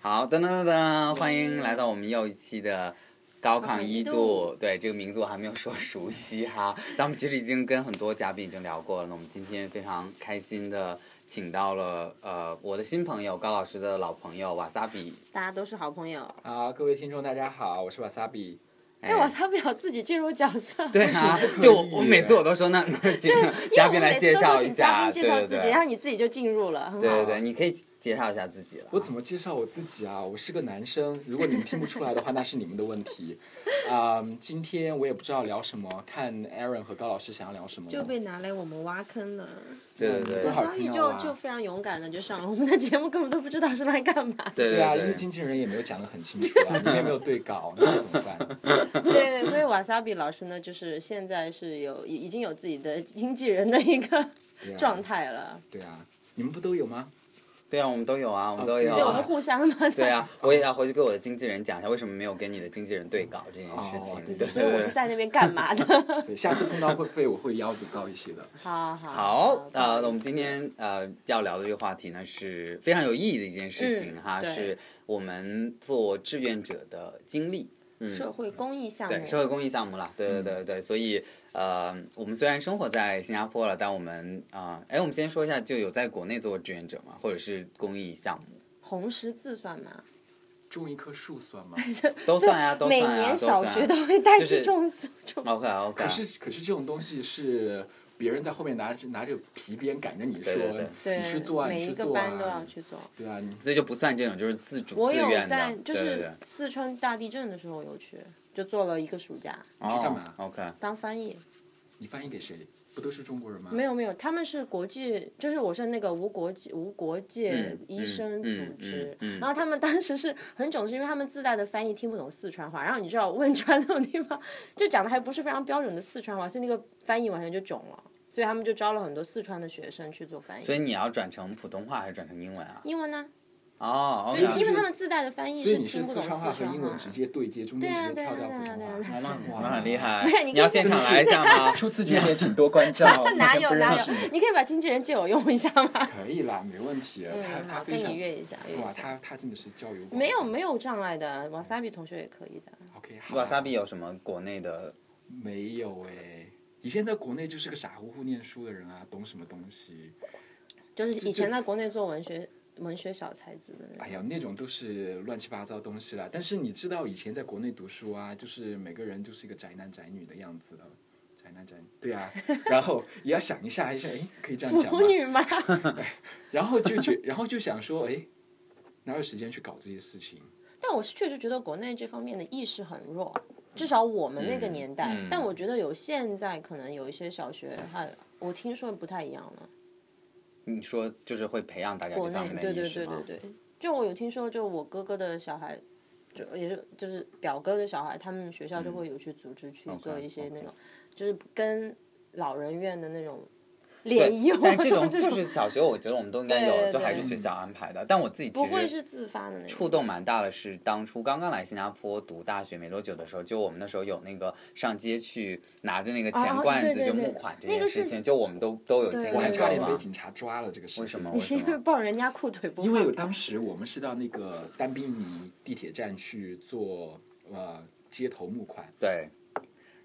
好，噔噔噔噔，欢迎来到我们又一期的高高亢亢一一度。对，这个名字我还没有说熟悉哈。咱们其实已经跟很多嘉宾已经聊过了。那我们今天非常开心的请到了呃我的新朋友高老师的老朋友瓦萨比。大家都是好朋友。好，啊各位听众，大家好，我是瓦萨比。哎哎，我才不了自己进入角色。对啊，就我我以每次我都说那那请 嘉宾来介绍一下，对因为我每次都说请嘉宾介绍对自对己，，然后你自己就进入了，很对好。对对，你可以介绍一下自己了。我怎么介绍我自己啊？我是个男生，如果你们听不出来的话，那是你们的问题。啊、今天我也不知道聊什么，看 Aaron 和高老师想要聊什么。就被拿来我们挖坑了，对对对多好所以听就啊！就非常勇敢的就上了我们的节目，根本都不知道是来干嘛。对对啊，因为对经纪人也没有讲得很清楚啊，你们也没有对稿，那怎么办？对对，所以瓦萨比老师呢，就是现在是有已已经有自己的经纪人的一个对啊状态了，对啊，你们不都有吗？对啊，我们都有啊，我们都有对对我啊们。互相嘛。对啊，我也要回去跟我的经纪人讲一下，为什么没有跟你的经纪人对稿这件事哦情。对对所以我是对对。在那边干嘛的？所以下次碰到会费，我会要的高一些的。好好好，不好呃，意思我们今天呃要聊的这个话题呢是非常有意义的一件事情嗯哈，对是我们做志愿者的经历。嗯，社会公益项对目，社会公益项目啦，对对对嗯对，所以呃，我们虽然生活在新加坡了，但我们啊，哎、我们先说一下，就有在国内做过志愿者吗？或者是公益项目，红十字算吗？种一棵树算哎吗？都算呀、啊都算每呀、年都啊小算啊学都会带就是去种树种。 OK OK，可是可是这种东西是别人在后面拿着拿着皮鞭赶着你说，对对对对你去做啊，每你一去个做班都要啊，去做。对啊，你所以就不算这种，就是自主我自有愿在的，就对对对是四川大地震的时候有去，就做了一个暑假哦干嘛？OK，当翻译。你翻译给谁？不都是中国人吗？没有没有，他们是国际，就是我是那个无国界无国界嗯医生嗯组织，嗯嗯嗯然后他们当时是很囧，是因为他们自带的翻译听不懂四川话，然后你知道汶川那种地方就讲的还不是非常标准的四川话，所以那个翻译完全就囧了，所以他们就招了很多四川的学生去做翻所译。以你要转成普通话还是转成英文啊？英文呢？哦所以，OK，因为他们自带的翻译所以你听是不四懂川四话和川英文话。直接对接，中间直接对啊跳对掉啊普通对话，啊那哇那很厉。 害没有，你要可现以先场来一下吗？ 初次 见面，请多关照。哪互相有不哪认识有？你可以把经纪人借我用一下吗？可以啦，没问题。他嗯，他好，非跟常你约一下，约哇，一下。他他真的是交友广没有没有障碍的，wasabi 同学也可以的。 OK 好瓦吧萨比有什么国内的？没有哎。以前在国内就是个傻乎乎念书的人啊，懂什么东西？就是以前在国内做文学文学小才子的哎人，呀，那种都是乱七八糟东西啦。但是你知道以前在国内读书啊，就是每个人就是一个宅男宅女的样子的，宅男宅女。对啊，然后也要想一下，一下哎，可以这样讲吗腐？女吗？然后就觉，然后就想说，哎，哪有时间去搞这些事情？但我是确实觉得国内这方面的意识很弱，至少我们那个年代。嗯嗯但我觉得有现在可能有一些小学还我听说不太一样了。你说就是会培养大家国这内方面的对对意对识对吗？对，就我有听说，就我哥哥的小孩，就也是就是表哥的小孩，他们学校嗯就会有去组织去做一些那种，就是跟老人院的那种联谊活但动这种这种，就是小学，我觉得我们都应该有，对对就还是对学校安排的。但我自己其不会实是自发的那触种。动蛮大的，是当初刚刚来新加坡读大学没多久的时候，就我们那时候有那个上街去拿着那个钱哦罐子对对就对募款这那件个事是情，就我们都都有经历对过我还差点被嘛。警察抓了这个事情。呃为什么你是因为抱人家裤腿不放？因为当时我们是到那个丹宾尼地铁站去做呃街头募款，对，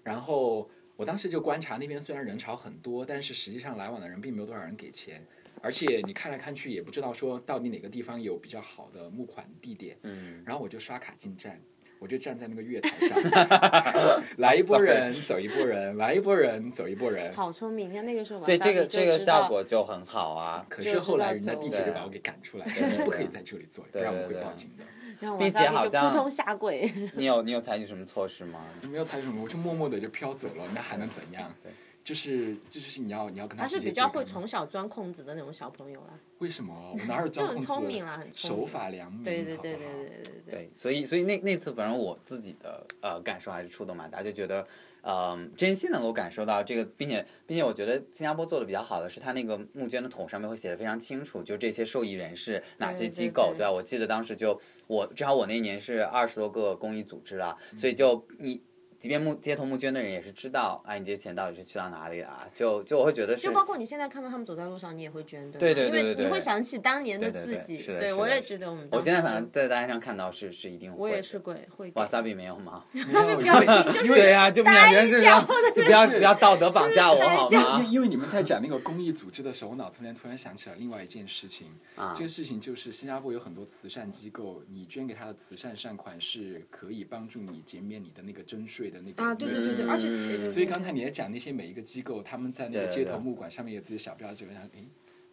然后我当时就观察那边虽然人潮很多，但是实际上来往的人并没有多少人给钱，而且你看来看去也不知道说到底哪个地方有比较好的募款地点。嗯，然后我就刷卡进站，我就站在那个月台 上， 来一波人走一波人，来一波人走一波人。好聪明！像那个时候，对这个这个效，果就很好啊，可是后来人家就地知道铁就把走我给赶出来了，你不可以在这里做，不对然我会对报警的。让并且好像嗯扑通下跪。你有你有采取什么措施吗？没有采取什么，我就默默的就飘走了，那还能怎样？对，就是就是你要你要跟他他是直接比较对嗯会抗从小钻空子的那种小朋友啦，为什么我哪 有就钻很空子？聪明啦，啊很聪明手。法良嗯民，对对对对好不好对对对对。对，所以所以那那次反正我自己的呃感受还是触动蛮大，就觉得嗯、真心能够感受到这个，并且并且我觉得新加坡做的比较好的是它那个募捐的桶上面会写的非常清楚，就这些受益人是哪些对机对构，对吧？啊嗯我记得当时就我至少我那一年是二十多个公益组织啊，所以就你。即便募街头募捐的人也是知道，哎，你这些钱到底是去到哪里啊？就就我会觉得是就，包括你现在看到他们走在路上，你也会捐，对对对吧对因为对你对会想起当年的对自对己。是的对是我的也觉得我们当我时现在反正在大街上看到是是一定会的。嗯我也是会会给瓦萨比没有 吗？上面表情就是对呀、就两个人是掉说，就不要就是不要道德绑架我就是好因为 吗？因为你们在讲那个公益组织的时候，我脑子里面突然想起了另外一件事情。啊这个事情就是新加坡有很多慈善机构，你捐给他的慈善善款是可以帮助你减免你的那个征税的那个啊，对对对对，嗯而且嗯嗯嗯所以刚才你也讲那些每一个机构，他们在那个对街对头募款上面有自己的小标志，然后诶，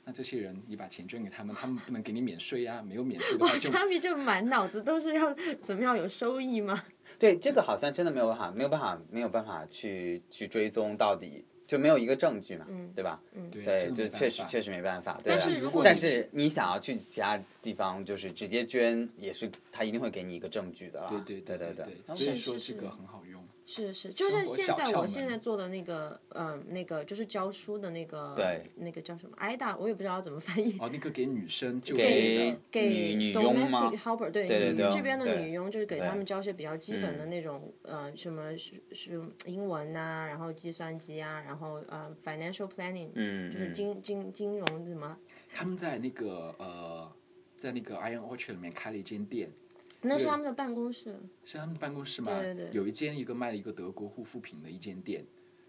那这些人你把钱捐给他们，他们不能给你免税啊，没有免税的瓦话就莎比就满脑子都是要怎么样有收益嘛。对，这个好像真的没有办法，没有办法，没有办法去去追踪到底，就没有一个证据嘛，嗯对吧？对对，就确这个没办实法确实没办法。对但啊是如果但你是你想要去其他地方，就是直接捐，也是他一定会给你一个证据的啦。对啊对对对嗯所以是说是这个是很好用。是是，就像活现小在窍我门现在做的那个，嗯、那个就是教书的那个，对，那个叫什么 IDA，我也不知道怎么翻译。哦，那个给女生就给业的，给女女佣吗 domestic helper，对对对对这边的对女佣就是给对嗯他们教一些比较基本的那种、呃什么是是英文呐、然后计算机啊，然后呃 financial planning，、嗯，就是嗯金金金融怎么，他们在那个呃，在那个 Iron Orchard 里面开了一间店，那是对他们的办公室，是他们办公室嘛，对对对有一间一个卖了一个德国护肤品的一间店，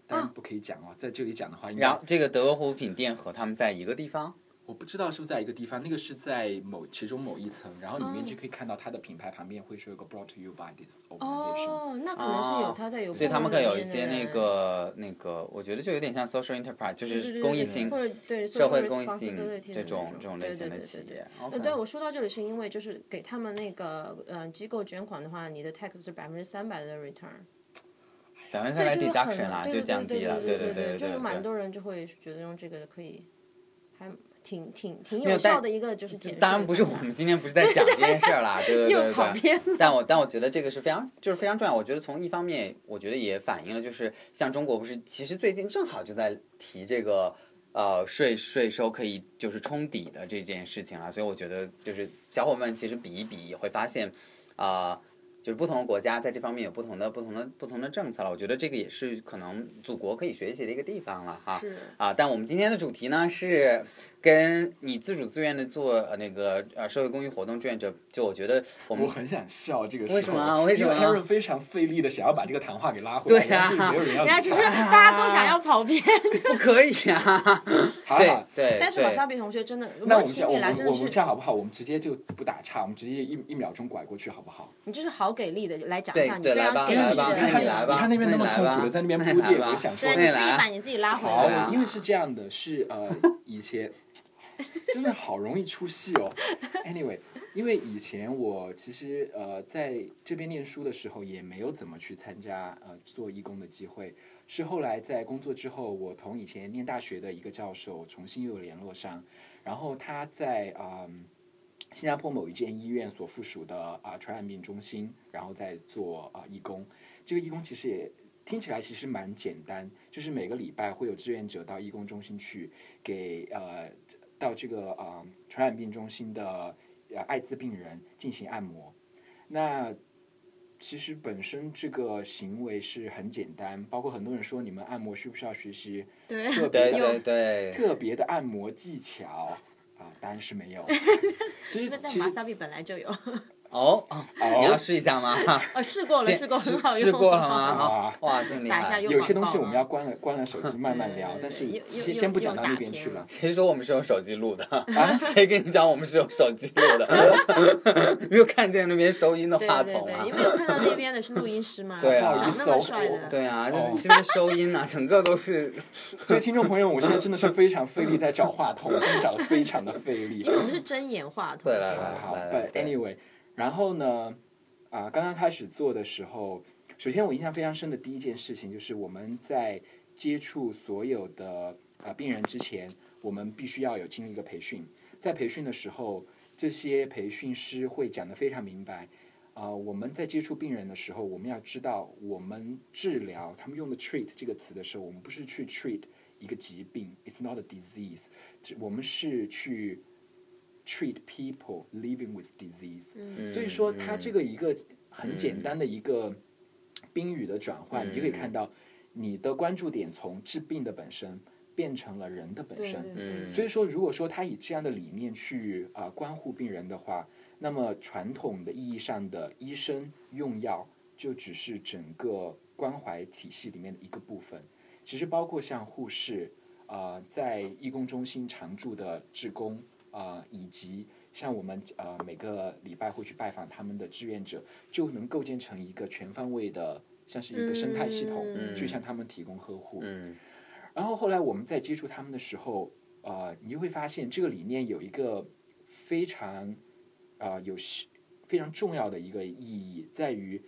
当然不可以讲哦，在这里讲的话，应啊然该后这个德国护肤品店和他们在一个地方，我不知道是不是在一个地方，那个是在某其中某一层，然后里哦面就可以看到它的品牌旁边会说有个 Brought to you by this organization，、哦，那可能是有哦他在有，所以他们可以有一些那。嗯个那个，我觉得就有点像 social enterprise，就对对是对公对益对性或者对社会 social 公益性 responsibility 这的种那这种类型的对对对企对对业。呃， OK 对我说到这里是因为就是给他们那个呃机构捐款的话，你的 tax 是百分之三百的 return，百分之所三百以就会 deduction 啦，很就降低了，对对对对就是蛮对。多人就会觉得用这个可以，还挺挺挺没有有效但的一个就是减税的当然不是我方法们今天不是在讲这件事儿 啦，对对对又对跑对。偏了，但我但我觉得这个是非常就是非常重要。我觉得从一方面，我觉得也反映了，就是像中国不是其实最近正好就在提这个呃税税收可以就是冲抵的这件事情了，所以我觉得就是小伙伴们其实比一比也会发现啊。就是不同的国家在这方面有不同的、不同的、不同的政策了。我觉得这个也是可能祖国可以学习的一个地方了哈。是啊，但我们今天的主题呢是跟你自主自愿的做呃那个呃社会公益活动志愿者，就我觉得我们我很想笑这个时候，为什么啊为什么啊因为 Aaron 非常费力的想要把这个谈话给拉回来，对啊但是没有人 人要理家他。其实大家都想要跑偏，不可以 啊！好对好对，但是对马莎比同学真的，如那我果们这请样，你我来真们的我们这是，样好不好？我们直接就不打岔，我们直接一一秒钟拐过去好不好？你就是好给力的来讲一对下你对非来吧常给力来的吧，你那看你来吧，你看那边那那你么来痛吧苦的在那边你铺来垫吧我 想说那对你你自己把来，你自己拉回好来。啊因为是这样的，是呃，以前真的好容易出戏哦。Anyway，因为以前我其实呃在这边念书的时候，也没有怎么去参加呃做义工的机会。是后来在工作之后，我同以前念大学的一个教授重新又有联络上，然后他在嗯、新加坡某一间医院所附属的啊、传染病中心，然后在做啊、义工。这个义工其实也听起来其实蛮简单，就是每个礼拜会有志愿者到义工中心去给呃到这个呃传染病中心的呃艾滋病人进行按摩。那其实本身这个行为是很简单，包括很多人说你们按摩需不需要学习对特别对的对对，特别的按摩技巧啊？当然是 没有。其实那但其马实莎比本来就有，哦，你要试一下吗？哦，试过了，试过，试很好用。试过了 吗？哦哇哇，这么厉打一下害！又有些东广西告我们了要关了关了手机慢慢对聊对，但是对又先又先不又讲到那打边偏去了了。谁说我们是用手机录的？ 谁跟你讲我们是用手机录的？ 没有看见那边收音的对话对筒对，啊你？没有看到那边的是录音师吗？对啊长那么帅不好意思的哦，对啊，就哦是这边收音啊，整个都是。所以听众朋友，我现在真的是非常费力在找话筒，真的找的非常的 费力因。为我们是睁眼话筒。对来来好嗯来来，But 对 anyway，然后呢，啊、刚刚开始做的时候，首先我印象非常深的第一件事情就是我们在接触所有的啊、呃病人之前，我们必须要有经历一个培训。在培训的时候，这些培训师会讲得非常明白。啊、我们在接触病人的时候，我们要知道，我们治疗他们用的 “treat” 这个词的时候，我们不是去 treat 一个疾病，it's not a disease，是我们是去 treat people living with disease。嗯嗯所以说，它这个一个很简单的一个宾语的转换，你就可以看到你的关注点从治病的本身变成了人的本对身。对嗯对，所以说，如果说他以这样的理念去啊、呃关护病人的话，那么传统的意义上的医生用药就只是整个关怀体系里面的一个部分。其实包括像护士啊、呃在义工中心常驻的志工啊、呃以及像我们呃每个礼拜会去拜访他们的志愿者，就能构建成一个全方位的，像是一个生态系统，嗯去向他们提供呵护。嗯然后后来我们在接触他们的时候，呃，你就会发现这个理念有一个非常呃有是非常重要的一个意义，在于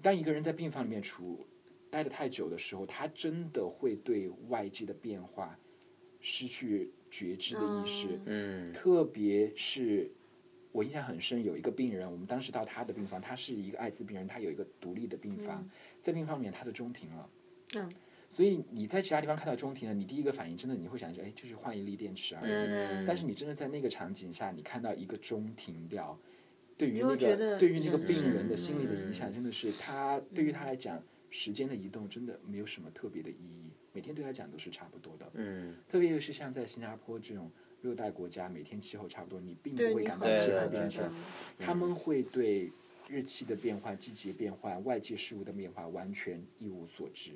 当一个人在病房里面处待得太久的时候，他真的会对外界的变化失去觉知的意识。嗯嗯特别是我印象很深，有一个病人，我们当时到他的病房，他是一个艾滋病人，他有一个独立的病房，在病房里面他的中庭了。嗯。所以你在其他地方看到中庭了，你第一个反应真的你会想着，哎，就是换一粒电嗯池啊。对对但是你真的在那个场景下，你看到一个钟停掉，对于你那会觉个得对于那个人嗯病生人的心理的嗯影响，真的是他对于他来讲，时间的移动真的没有什么特别的意义，每天对他讲都是差不多的。嗯特别是像在新加坡这种热带国家，每天气候差不多，你并不对会你感很到对气对候难对变感对化受。。嗯他们会对日期的变换、季节变换、外界事物的变化完全一无所知，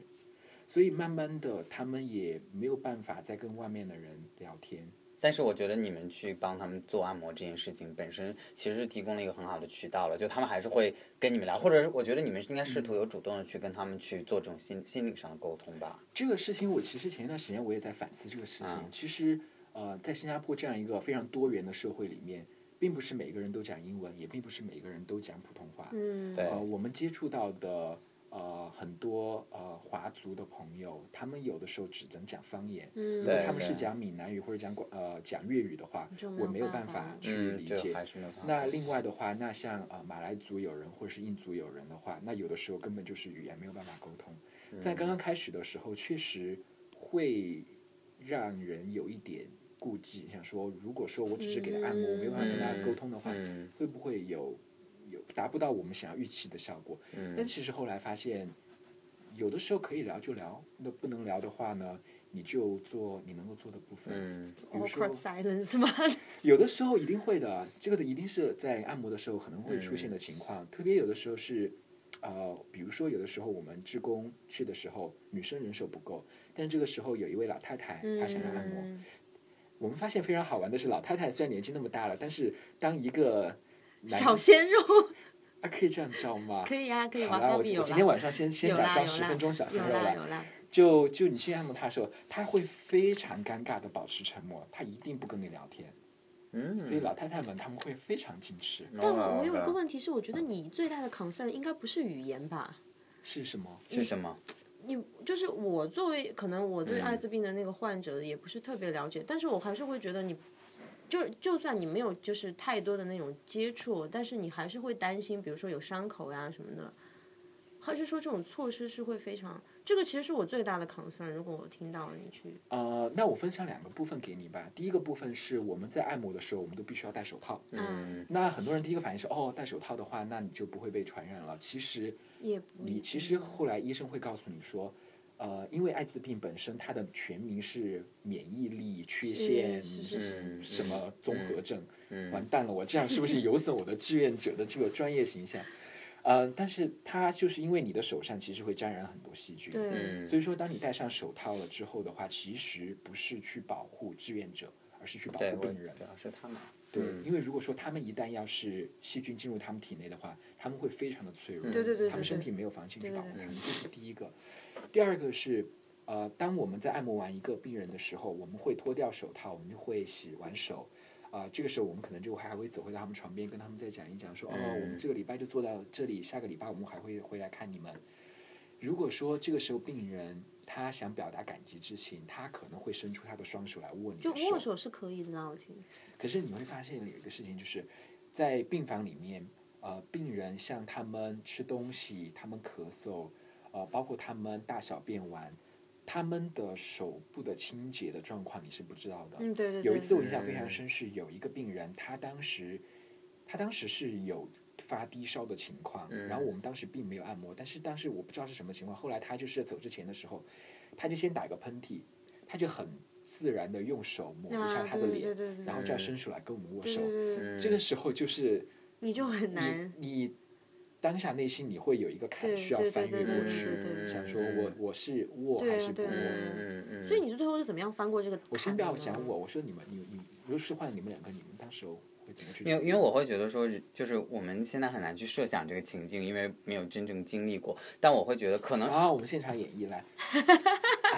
所以慢慢的，他们也没有办法再跟外面的人聊天。但是我觉得你们去帮他们做按摩这件事情本身，其实是提供了一个很好的渠道了。就他们还是会跟你们聊，或者是我觉得你们应该试图有主动的去跟他们去做这种心心理上的沟通吧。这个事情，我其实前一段时间我也在反思这个事情。嗯其实，呃，在新加坡这样一个非常多元的社会里面，并不是每个人都讲英文，也并不是每个人都讲普通话。嗯，对呃，我们接触到的呃很多呃华族的朋友，他们有的时候只能讲方言，嗯，如果对他们是对讲闽南语或者讲广呃讲粤语的话就，没我有没有办办法法了去嗯，理就解。还是没有办法。那另外的话，那像呃马来族友人或者是印族友人的话，那有的时候根本就是语言没有办法沟通。在刚刚开始的时候，确实会让人有一点顾忌，想说如果说我只是给他按摩，我没有办法跟他沟通的话，嗯会不会有有达不到我们想要预期的效果？但嗯其实后来发现，有的时候可以聊就聊，那不能聊的话呢，你就做你能够做的部分。嗯比如 awkward 说， silence 吗？有的时候一定会的，这个的一定是在按摩的时候可能会出现嗯的情况，特别有的时候是。呃，比如说，有的时候我们志工去的时候，女生人手不够，但这个时候有一位老太太，她想要按摩，嗯我们发现非常好玩的是，老太太虽然年纪那么大了，但是当一个男小鲜肉啊，可以这样叫吗？可以啊，可以好瓦啦，萨我比今我有今天啦，晚上 先先有假啦装有十啦，分钟小鲜有肉啦啦。有啦，就就你去按摩他的时候，他会非常尴尬的保持沉默，他一定不跟你聊天。嗯，所以老太太们他们会非常矜持，但我我有嗯一个问题是，我觉得你最大的 concern 应该不是语言吧？是什么？是什么？你就是我作为可能我对嗯艾滋病的那个患者也不是特别了解，但是我还是会觉得你，就就算你没有就是太多的那种接触，但是你还是会担心，比如说有伤口呀、什么的，还是说这种措施是会非常，这个其实是我最大的 concern。如果我听到你去，呃，那我分享两个部分给你吧。第一个部分是我们在按摩的时候，我们都必须要戴手套。嗯那很多人第一个反应是，哦，戴手套的话，那你就不会被传染了。其实也不你其实后来医生会告诉你说，呃，因为艾滋病本身它的全名是免疫力缺陷是是是嗯什么综合症，完嗯蛋了，我这样是不是有损我的志愿者的这个专业形象？呃，但是它就是因为你的手上其实会沾染很多细菌，对，嗯，所以以说当你戴上手套了之后的话，其实不是去保护志愿者，而是去保对护我病人。表示他们对，嗯因为如果说他们一旦要是细菌进入他们体内的话，他们会非常的脆弱，对对嗯对他们对身对体没有防性去对对保护对他们，这是第一个。第二个是，呃，当我们在按摩完一个病人的时候，我们会脱掉手套，我们就会洗完手。啊、这个时候我们可能就还还会走回到他们床边，跟他们再讲一讲说，哦，我们嗯这个礼拜就做到这里，下个礼拜我们还会回来看你们。如果说这个时候病人他想表达感激之情，他可能会伸出他的双手来握你的就握手是可以的啦，我听。可啊是你会发现有一个事情，就是在病房里面，呃，病人像他们吃东西、他们咳嗽，呃，包括他们大小便完，他们的手部的清洁的状况你是不知道的。嗯，对对对。有一次我印象非常深，是有一个病人，他当时他当时是有发低烧的情况，嗯然后我们当时并没有按摩，但是当时我不知道是什么情况，后来他就是走之前的时候，他就先打个喷嚏，他就很自然的用手抹一下啊，他的对对脸，对对，然后就要伸出来跟我们握对手，对对，嗯这个时候就是你就很难，你你当下内心你会有一个坎对需要对对翻越对过对对对去，对想说嗯我我是握对啊还是不对啊握对啊？嗯嗯嗯，所以你是最后是怎么样翻过这个坎的呢？我先不要讲我，我说你们你你，如果是换你们两个，你们到时候会怎么去处理？因为因为我会觉得说，就是我们现在很难去设想这个情境，因为没有真正经历过。但我会觉得可能，啊，我们现场演绎来，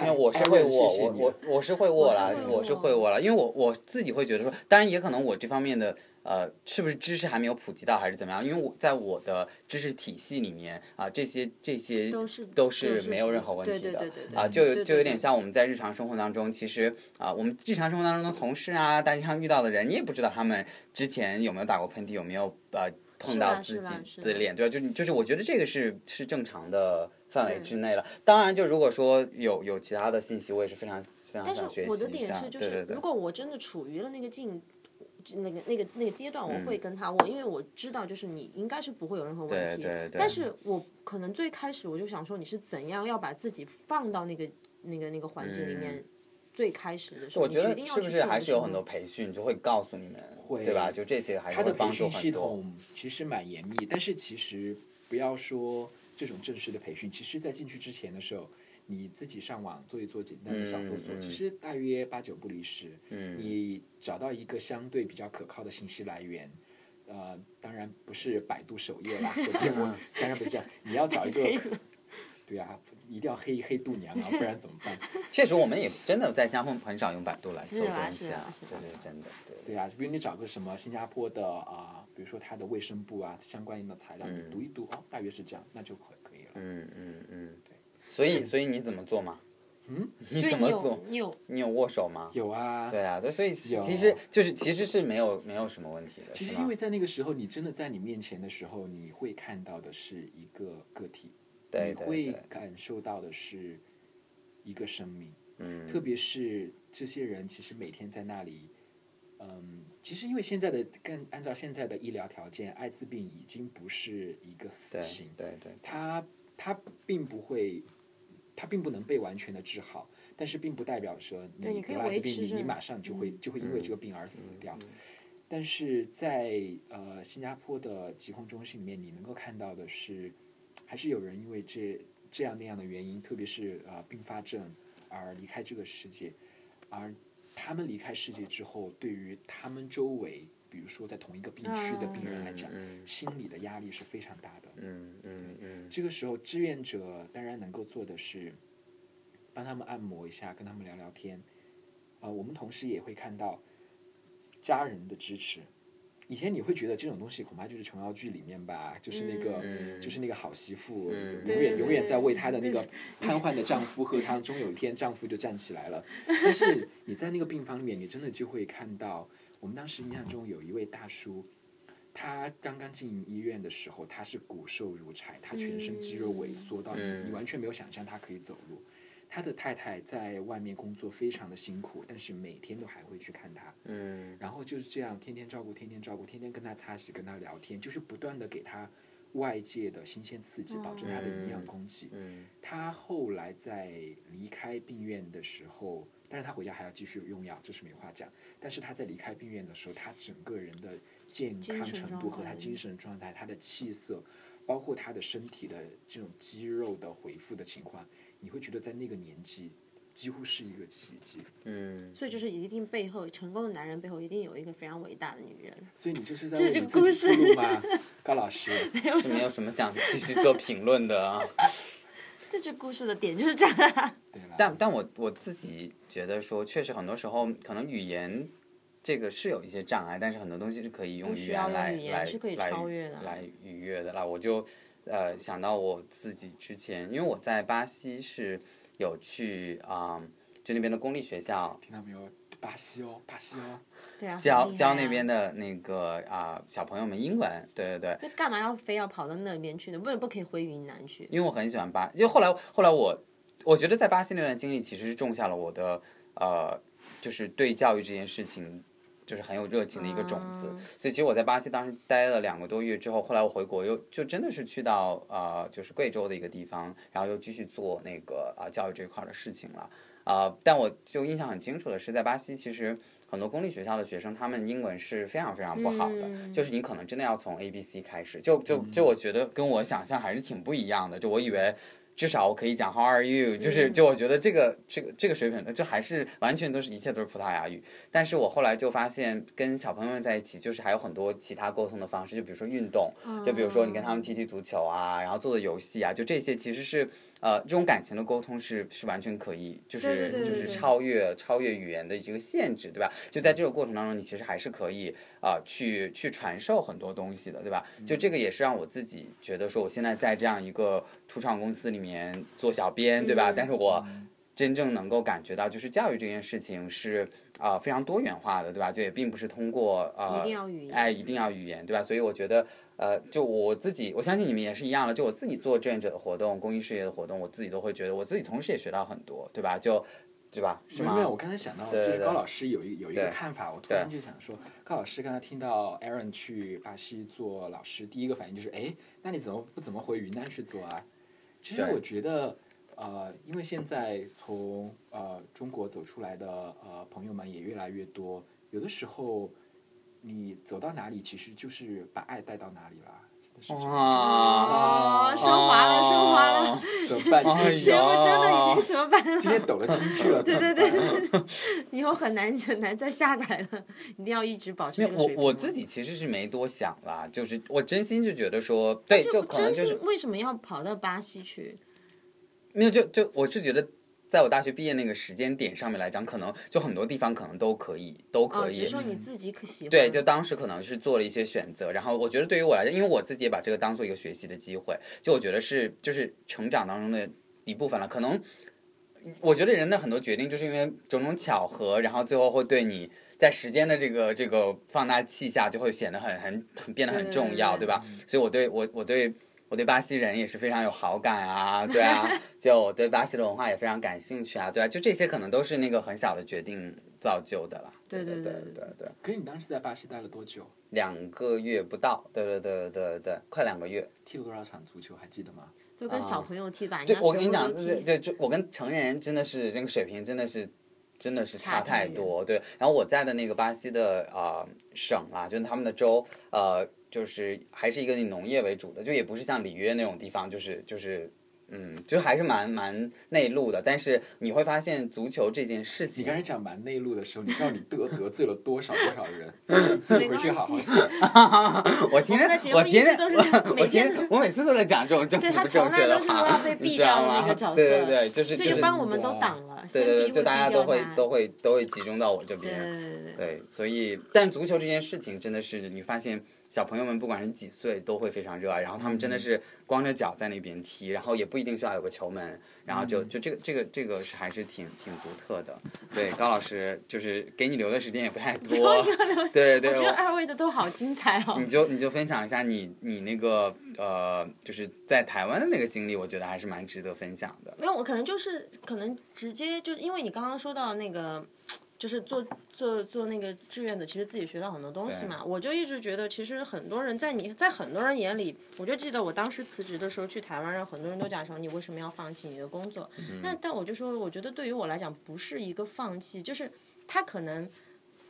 因为我是哎会我握，谢谢我你我我是会握啦啊我是会，握啊我是会握啦。因为我我自己会觉得说，当然也可能我这方面的呃，是不是知识还没有普及到，还是怎么样？因为我在我的知识体系里面啊、这些这些都是都是是没有任何问题对的对对对对啊，对就对有就有对点像我们在日常生活当中，其实啊，我们日常生活当中的同事啊，大街上遇到的人，你也不知道他们之前有没有打过喷嚏，有没有呃碰是到吧自是吧己是的吧脸，对吧？就是就是，我觉得这个是是正常的范围对之内了。当然，就如果说有有其他的信息，我也是非常非常但想学是习我的一点下是，就对对是对如果我真的处于了那个境，那个那个那个阶段，我嗯会跟他握，因为我知道就是你应该是不会有任何问对题。对对但是我可能最开始我就想说，你是怎样要把自己放到那个那个那个环境里面？最开始的时嗯候，我觉你得决定要是不去是做还的是有时很候多培训就会告诉你们，对会吧？就这些还是他会的帮培助训系很多。统其实蛮严密，但是其实不要说这种正式的培训，其实在进去之前的时候，你自己上网做一做简单的小搜索，嗯嗯其实大约八九不离十。嗯，你找到一个相对比较可靠的信息来源，呃，当然不是百度首页啦，我见嗯过，当然不是这样，你要找一 个可，对啊，一定要黑黑度娘啊，不然怎么办？确实，我们也真的在香港很少用百度来搜是啊东是西啊啊，是这啊是真的。对对啊，比如你找个什么新加坡的啊、比如说它的卫生部啊相关的材料，你嗯读一读哦，大约是这样，那就可可以了。嗯嗯嗯，对。所以，所以你怎么做嘛？嗯，你所以怎你么有做？你有你有握手吗？有啊，对啊，对，所以有其实就是其实是没有没有什么问题的，其实是吗因为在那个时候，你真的在你面前的时候，你会看到的是一个个体，对你对会对感受到的是一个生命。嗯，特别是这些人，其实每天在那里，嗯，其实因为现在的跟按照现在的医疗条件，艾滋病已经不是一个死对刑，对对，它它并不会，它并不能被完全的治好，但是并不代表说对你你可以得了艾维持滋病，你着嗯你马上就会就会因为这个病而死掉。但是在呃新加坡的疾控中心里面，你能够看到的是，还是有人因为这这样那样的原因，特别是呃并发症而离开这个世界，而他们离开世界之后，对于他们周围，比如说在同一个病区的啊病人来讲，嗯心理的压力是非常大的。嗯嗯嗯这个时候，志愿者当然能够做的是，帮他们按摩一下，跟他们聊聊天。呃，我们同时也会看到家人的支持。以前你会觉得这种东西恐怕就是琼瑶剧里面吧，就是那个，嗯就是那个好媳妇，嗯永对远对永远在为她的那个瘫痪的丈夫喝汤，终有一天丈夫就站起来了。但是你在那个病房里面，你真的就会看到，我们当时印象中有一位大叔，他刚刚进医院的时候，他是骨瘦如柴，他全身肌肉萎缩到你、嗯你完全没有想象他可以走路。他的太太在外面工作非常的辛苦，但是每天都还会去看他，嗯然后就是这样天天照顾，天天照顾，天天跟他擦洗，跟他聊天，就是不断的给他外界的新鲜刺激，保证他的营养供给。嗯他后来在离开病院的时候，但是他回家还要继续用药，这是没话讲。但是他在离开病院的时候，他整个人的健康程度和他精神状态、他的气色，包括他的身体的这种肌肉的恢复的情况，你会觉得在那个年纪几乎是一个奇迹。嗯， 所以就是一定背后成功的男人背后一定有一个非常伟大的女人。所以你这是在这为是你故自己事铺 路吗，高老师？是没有什么想继续做评论的啊。这是故事的点就是这样。对了，但但我我自己觉得说，确实很多时候可能语言这个是有一些障碍，但是很多东西是可以用不语需要言用来语言来是可以来超越的来愉悦的啦。我就呃想到我自己之前，因为我在巴西是有去啊、就那边的公立学校听到没有？巴西哦，巴西哦，对啊，教很厉害教啊那边。的那个啊、小朋友们英文，对对对，那干嘛要非要跑到那边去呢？为什么不可以回云南去？因为我很喜欢巴，就后来后来我我觉得在巴西那段经历其实是种下了我的呃，就是对教育这件事情就是很有热情的一个种子。所以其实我在巴西当时待了两个多月之后，后来我回国又就真的是去到呃就是贵州的一个地方，然后又继续做那个啊、呃教育这一块儿的事情了。啊、但我就印象很清楚的是，在巴西其实很多公立学校的学生，他们英文是非常非常不好的，嗯就是你可能真的要从 A B C 开始，就就就我觉得跟我想象还是挺不一样的，就我以为。至少我可以讲 How are you，就是就我觉得这个这个这个水平，就还是完全都是一切都是葡萄牙语。但是我后来就发现，跟小朋友们在一起，就是还有很多其他沟通的方式，就比如说运动，就比如说你跟他们踢踢足球啊，然后做做游戏啊，就这些其实是呃这种感情的沟通是是完全可以，就是对对对就是对超越超越语言的一个限制，对吧？就在这个过程当中，你其实还是可以啊、去去传授很多东西的，对吧？就嗯这个也是让我自己觉得说，我现在在这样一个初创公司里面做小编，对吧？嗯但是我。真正能够感觉到，就是教育这件事情是啊、非常多元化的，对吧？就也并不是通过啊、一定要语言哎，一定要语言，对吧？所以我觉得，呃，就我自己，我相信你们也是一样的。就我自己做志愿者的活动、公益事业的活动，我自己都会觉得，我自己同时也学到很多，对吧？就，对吧？是没吗有没？有，我刚才想到，就对是对高老师有一有一个对看法，我突然就想说，高老师刚才听到 Aaron 去巴西做老师，第一个反应就是，哎，那你怎么不怎么回云南去做啊？其实对我觉得，呃，因为现在从呃中国走出来的呃朋友们也越来越多，有的时候你走到哪里，其实就是把爱带到哪里啦。真的是这样哇哦升华了升华了啊 哦怎么办？哎呦今节天目真的已经怎么办？今天抖了进去了，对对对以后很难很难再下来了，一定要一直保持没这有个水我平。我自己其实是没多想啦，就是我真心就觉得说，对，就可能真就是心为什么要跑到巴西去？没有，就就我是觉得，在我大学毕业那个时间点上面来讲，可能就很多地方可能都可以，都哦，可只以。是说你自己可喜欢。对，就当时可能是做了一些选择，然后我觉得对于我来讲，因为我自己也把这个当做一个学习的机会，就我觉得是就是成长当中的一部分了。可能我觉得人的很多决定就是因为种种巧合，然后最后会对你在时间的这个这个放大器下，就会显得很很很变得很重要，对对对对吧？所以我对我我对我对巴西人也是非常有好感啊，对 啊，就我对巴西的文化也非常感兴趣啊，对啊，就这些可能都是那个很小的决定造就的啦。对对对对对对对。可是你当时在巴西待了多久？两个月不到，对对对对对，快两个月。踢了多少场足球？还记得吗？就跟小朋友踢吧。啊对，我跟人你家讲，全部都对踢对，就我跟成年人真的是那个水平真的是真的是差差太太多。对，然后我在的那个巴西的啊、呃省啦、就是他们的州，呃，就是还是一个以农业为主的，就也不是像里约那种地方，就是就是。嗯，就还是蛮蛮内陆的，但是你会发现足球这件事你情，刚才讲蛮内陆的时候，你知道你得得罪了多少多少 人？你自己回去好好想。我听着我们的节，目我听一着直都是， 我每我天听着，我每次都在讲这种正对不他正从确来的都是话要，被 你避知道掉吗？那个角色，对对对，就是所就以是就帮我们都哇挡了，对对对，先逼就会大家逼都掉会他都会都会集中到我这对边。对对对对。对，所以但足球这件事情真的是，你发现小朋友们不管是几岁都会非常热爱，然后他们嗯真的是光着脚在那边踢，然后也不一定需要有个球门，然后就嗯就这个这个这个是还是挺挺独特的。对，高老师就是给你留的时间也不 太多，对对我对，觉得我二位的都好精彩哦你！就你就分享一下你你那个呃，就是在台湾的那个经历，我觉得还是蛮值得分享的。没有，我可能就是可能直接就因为你刚刚说到那个，就是做做做那个志愿者，其实自己学到很多东西嘛。我就一直觉得，其实很多人在你在很多人眼里，我就记得我当时辞职的时候去台湾，让很多人都讲说你为什么要放弃你的工作？嗯那但我就说，我觉得对于我来讲不是一个放弃，就是他可能。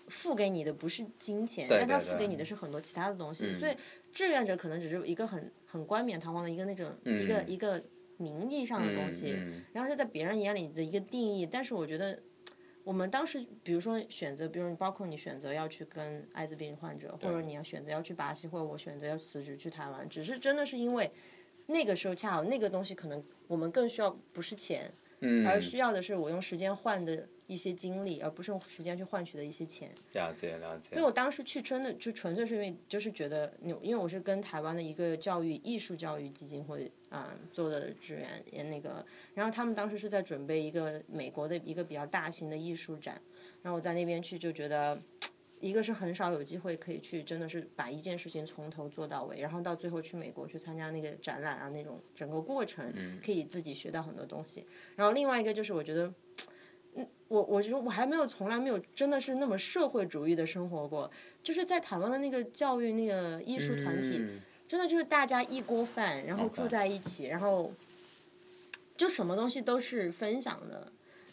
付给你的不是金钱，对但他对付对嗯给你的是很多其他的东西，所以志愿者可能只是一个很很冠冕堂皇的一个那种、一个嗯一个名义上的东西，嗯然后是在别人眼里的一个定义。但是我觉得，我们当时比如说选择，比如你包括你选择要去跟艾滋病患者，或者你要选择要去巴西，或者我选择要辞职去台湾，只是真的是因为那个时候恰好那个东西可能我们更需要不是钱，嗯，而需要的是我用时间换的一些精力，而不是用时间去换取的一些钱。了解了解。所以我当时去真的就纯粹是因为就是觉得你，因为我是跟台湾的一个教育艺术教育基金会啊、做的志愿，也那个，然后他们当时是在准备一个美国的一个比较大型的艺术展，然后我在那边去就觉得。一个是很少有机会可以去，真的是把一件事情从头做到尾，然后到最后去美国去参加那个展览啊，那种整个过程可以自己学到很多东西。然后另外一个就是我觉得，嗯，我我就说我还没有从来没有真的是那么社会主义的生活过，就是在台湾的那个教育那个艺术团体，嗯真的就是大家一锅饭，然后 OK 住在一起，然后就什么东西都是分享的，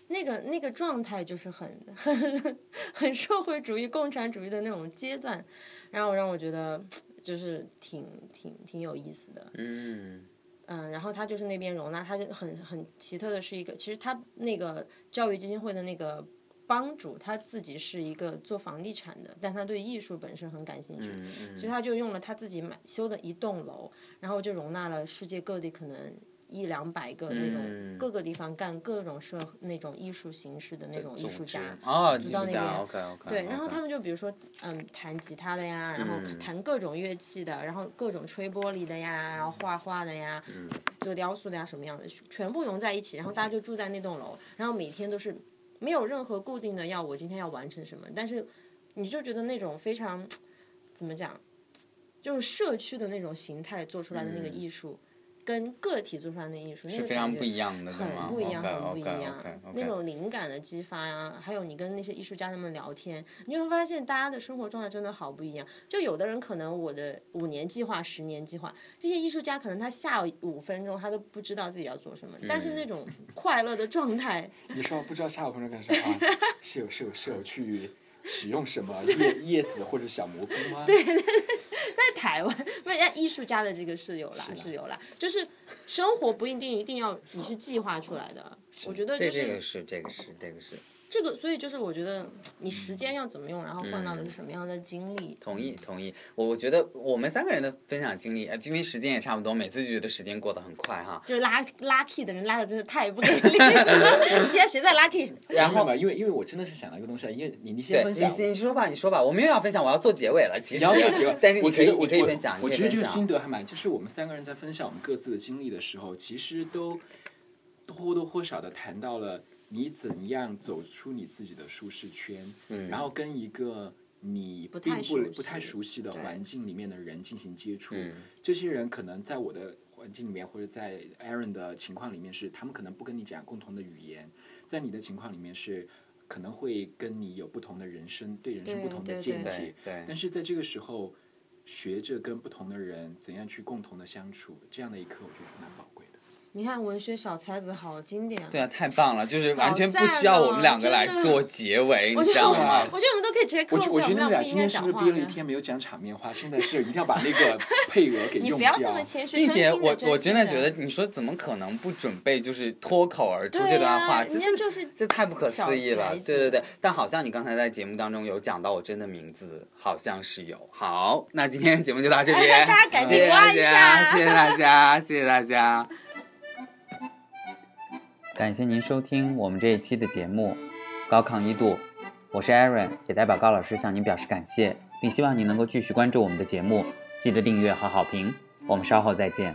那个那个状态就是很 很很社会主义、共产主义的那种阶段，然后让我觉得就是挺挺挺有意思的。嗯嗯，然后他就是那边容纳，他就很很奇特的是一个，其实他那个教育基金会的那个帮主，他自己是一个做房地产的，但他对艺术本身很感兴趣，嗯所以嗯，他就用了他自己买修的一栋楼，然后就容纳了世界各地可能一两百个那嗯种各个地方干各种社那种艺术形式的那种艺术家，哦，艺组术到那家边，OK OK，对，然后他们就比如说，嗯，弹吉他的呀，然后嗯弹各种乐器的，然后各种吹玻璃的呀，然后画画的呀，嗯做雕塑的呀，什么样的，全部融在一起，然后大家就住在那栋楼，然后每天都是没有任何固定的要我今天要完成什么，但是你就觉得那种非常怎么讲，就是社区的那种形态做出来的那个嗯艺术，跟个体做出来的艺术，那是个非感常觉不一样的，对吗很不一样，很不一 OK，OK，OK，OK 样。那种灵感的激发呀、还有你跟那些艺术家他们聊天，你会发现大家的生活状态真的好不一样。就有的人可能我的五年计划、十年计划，这些艺术家可能他下五分钟他都不知道自己要做什嗯么，但是那种快乐的状态，你说不知道下午分钟干啥、 啊？是有是有是有去使用什么叶叶子或者小蘑菇吗？对，在台湾，那人家艺术家的这个是有啦，是啦是有啦，就是生活不一定一定要你是计划出来的。我觉得这就这是个是这个是这个是这个，所以就是我觉得你时间要怎么用，然后换到的是什么样的经历。嗯同意同意，我我觉得我们三个人的分享经历，呃，因为时间也差不多，每次就觉得时间过得很快哈。就是拉拉 key 的人拉的真是太不给力了。 今天谁在拉 key？然后因为因为我真的是想到一个东西，啊因为你你先对，分你享。你说吧，你说吧，我没有要分享，我要做结尾了。其你实，要做结尾但是你我可觉以得我你可以我分享，我你可以觉得这个分享心得还蛮，就是我们三个人在分享我们各自的经历的时候，其实都或多或少的谈到了你怎样走出你自己的舒适圈，嗯然后跟一个你不并太不熟不太悉熟悉的对环境里面的人进行接触。嗯这些人可能在我的环境里面，或者在 Aaron 的情况里面是，他们可能不跟你讲共同的语言，在你的情况里面是。可能会跟你有不同的人生，对人生对不同对对的见对解，对但是在这个时候，学着跟不同的人怎样去共同的相处，这样的一刻我觉得蛮宝贵的。你看文学小才子好经典啊。对啊，太棒了，就是完好全不赞需要我哦们两个真来的做结尾，我你觉知得道我吗们，？我觉得我们都可以直接 close 我觉掉，我觉们得你俩俩不应今该天是讲不是话憋了一的。天没有讲场面话？现在是一定要把那个配额给 你不用掉要。这么谦虚，并且真心我的我真的觉心得，你说怎么可能不准备就是脱口而出对这段呀话？人这家这就是这太不可思议小了才，子对对对。但好像你刚才在节目当中有讲到我真的名字，好像是有。好，那今天节目就到这边， 大家赶紧谢谢大挖一家下谢谢大家，谢谢大家。感谢您收听我们这一期的节目《高亢一度》，我是 Aaron，也代表高老师向您表示感谢，并希望您能够继续关注我们的节目，记得订阅和好评。我们稍后再见。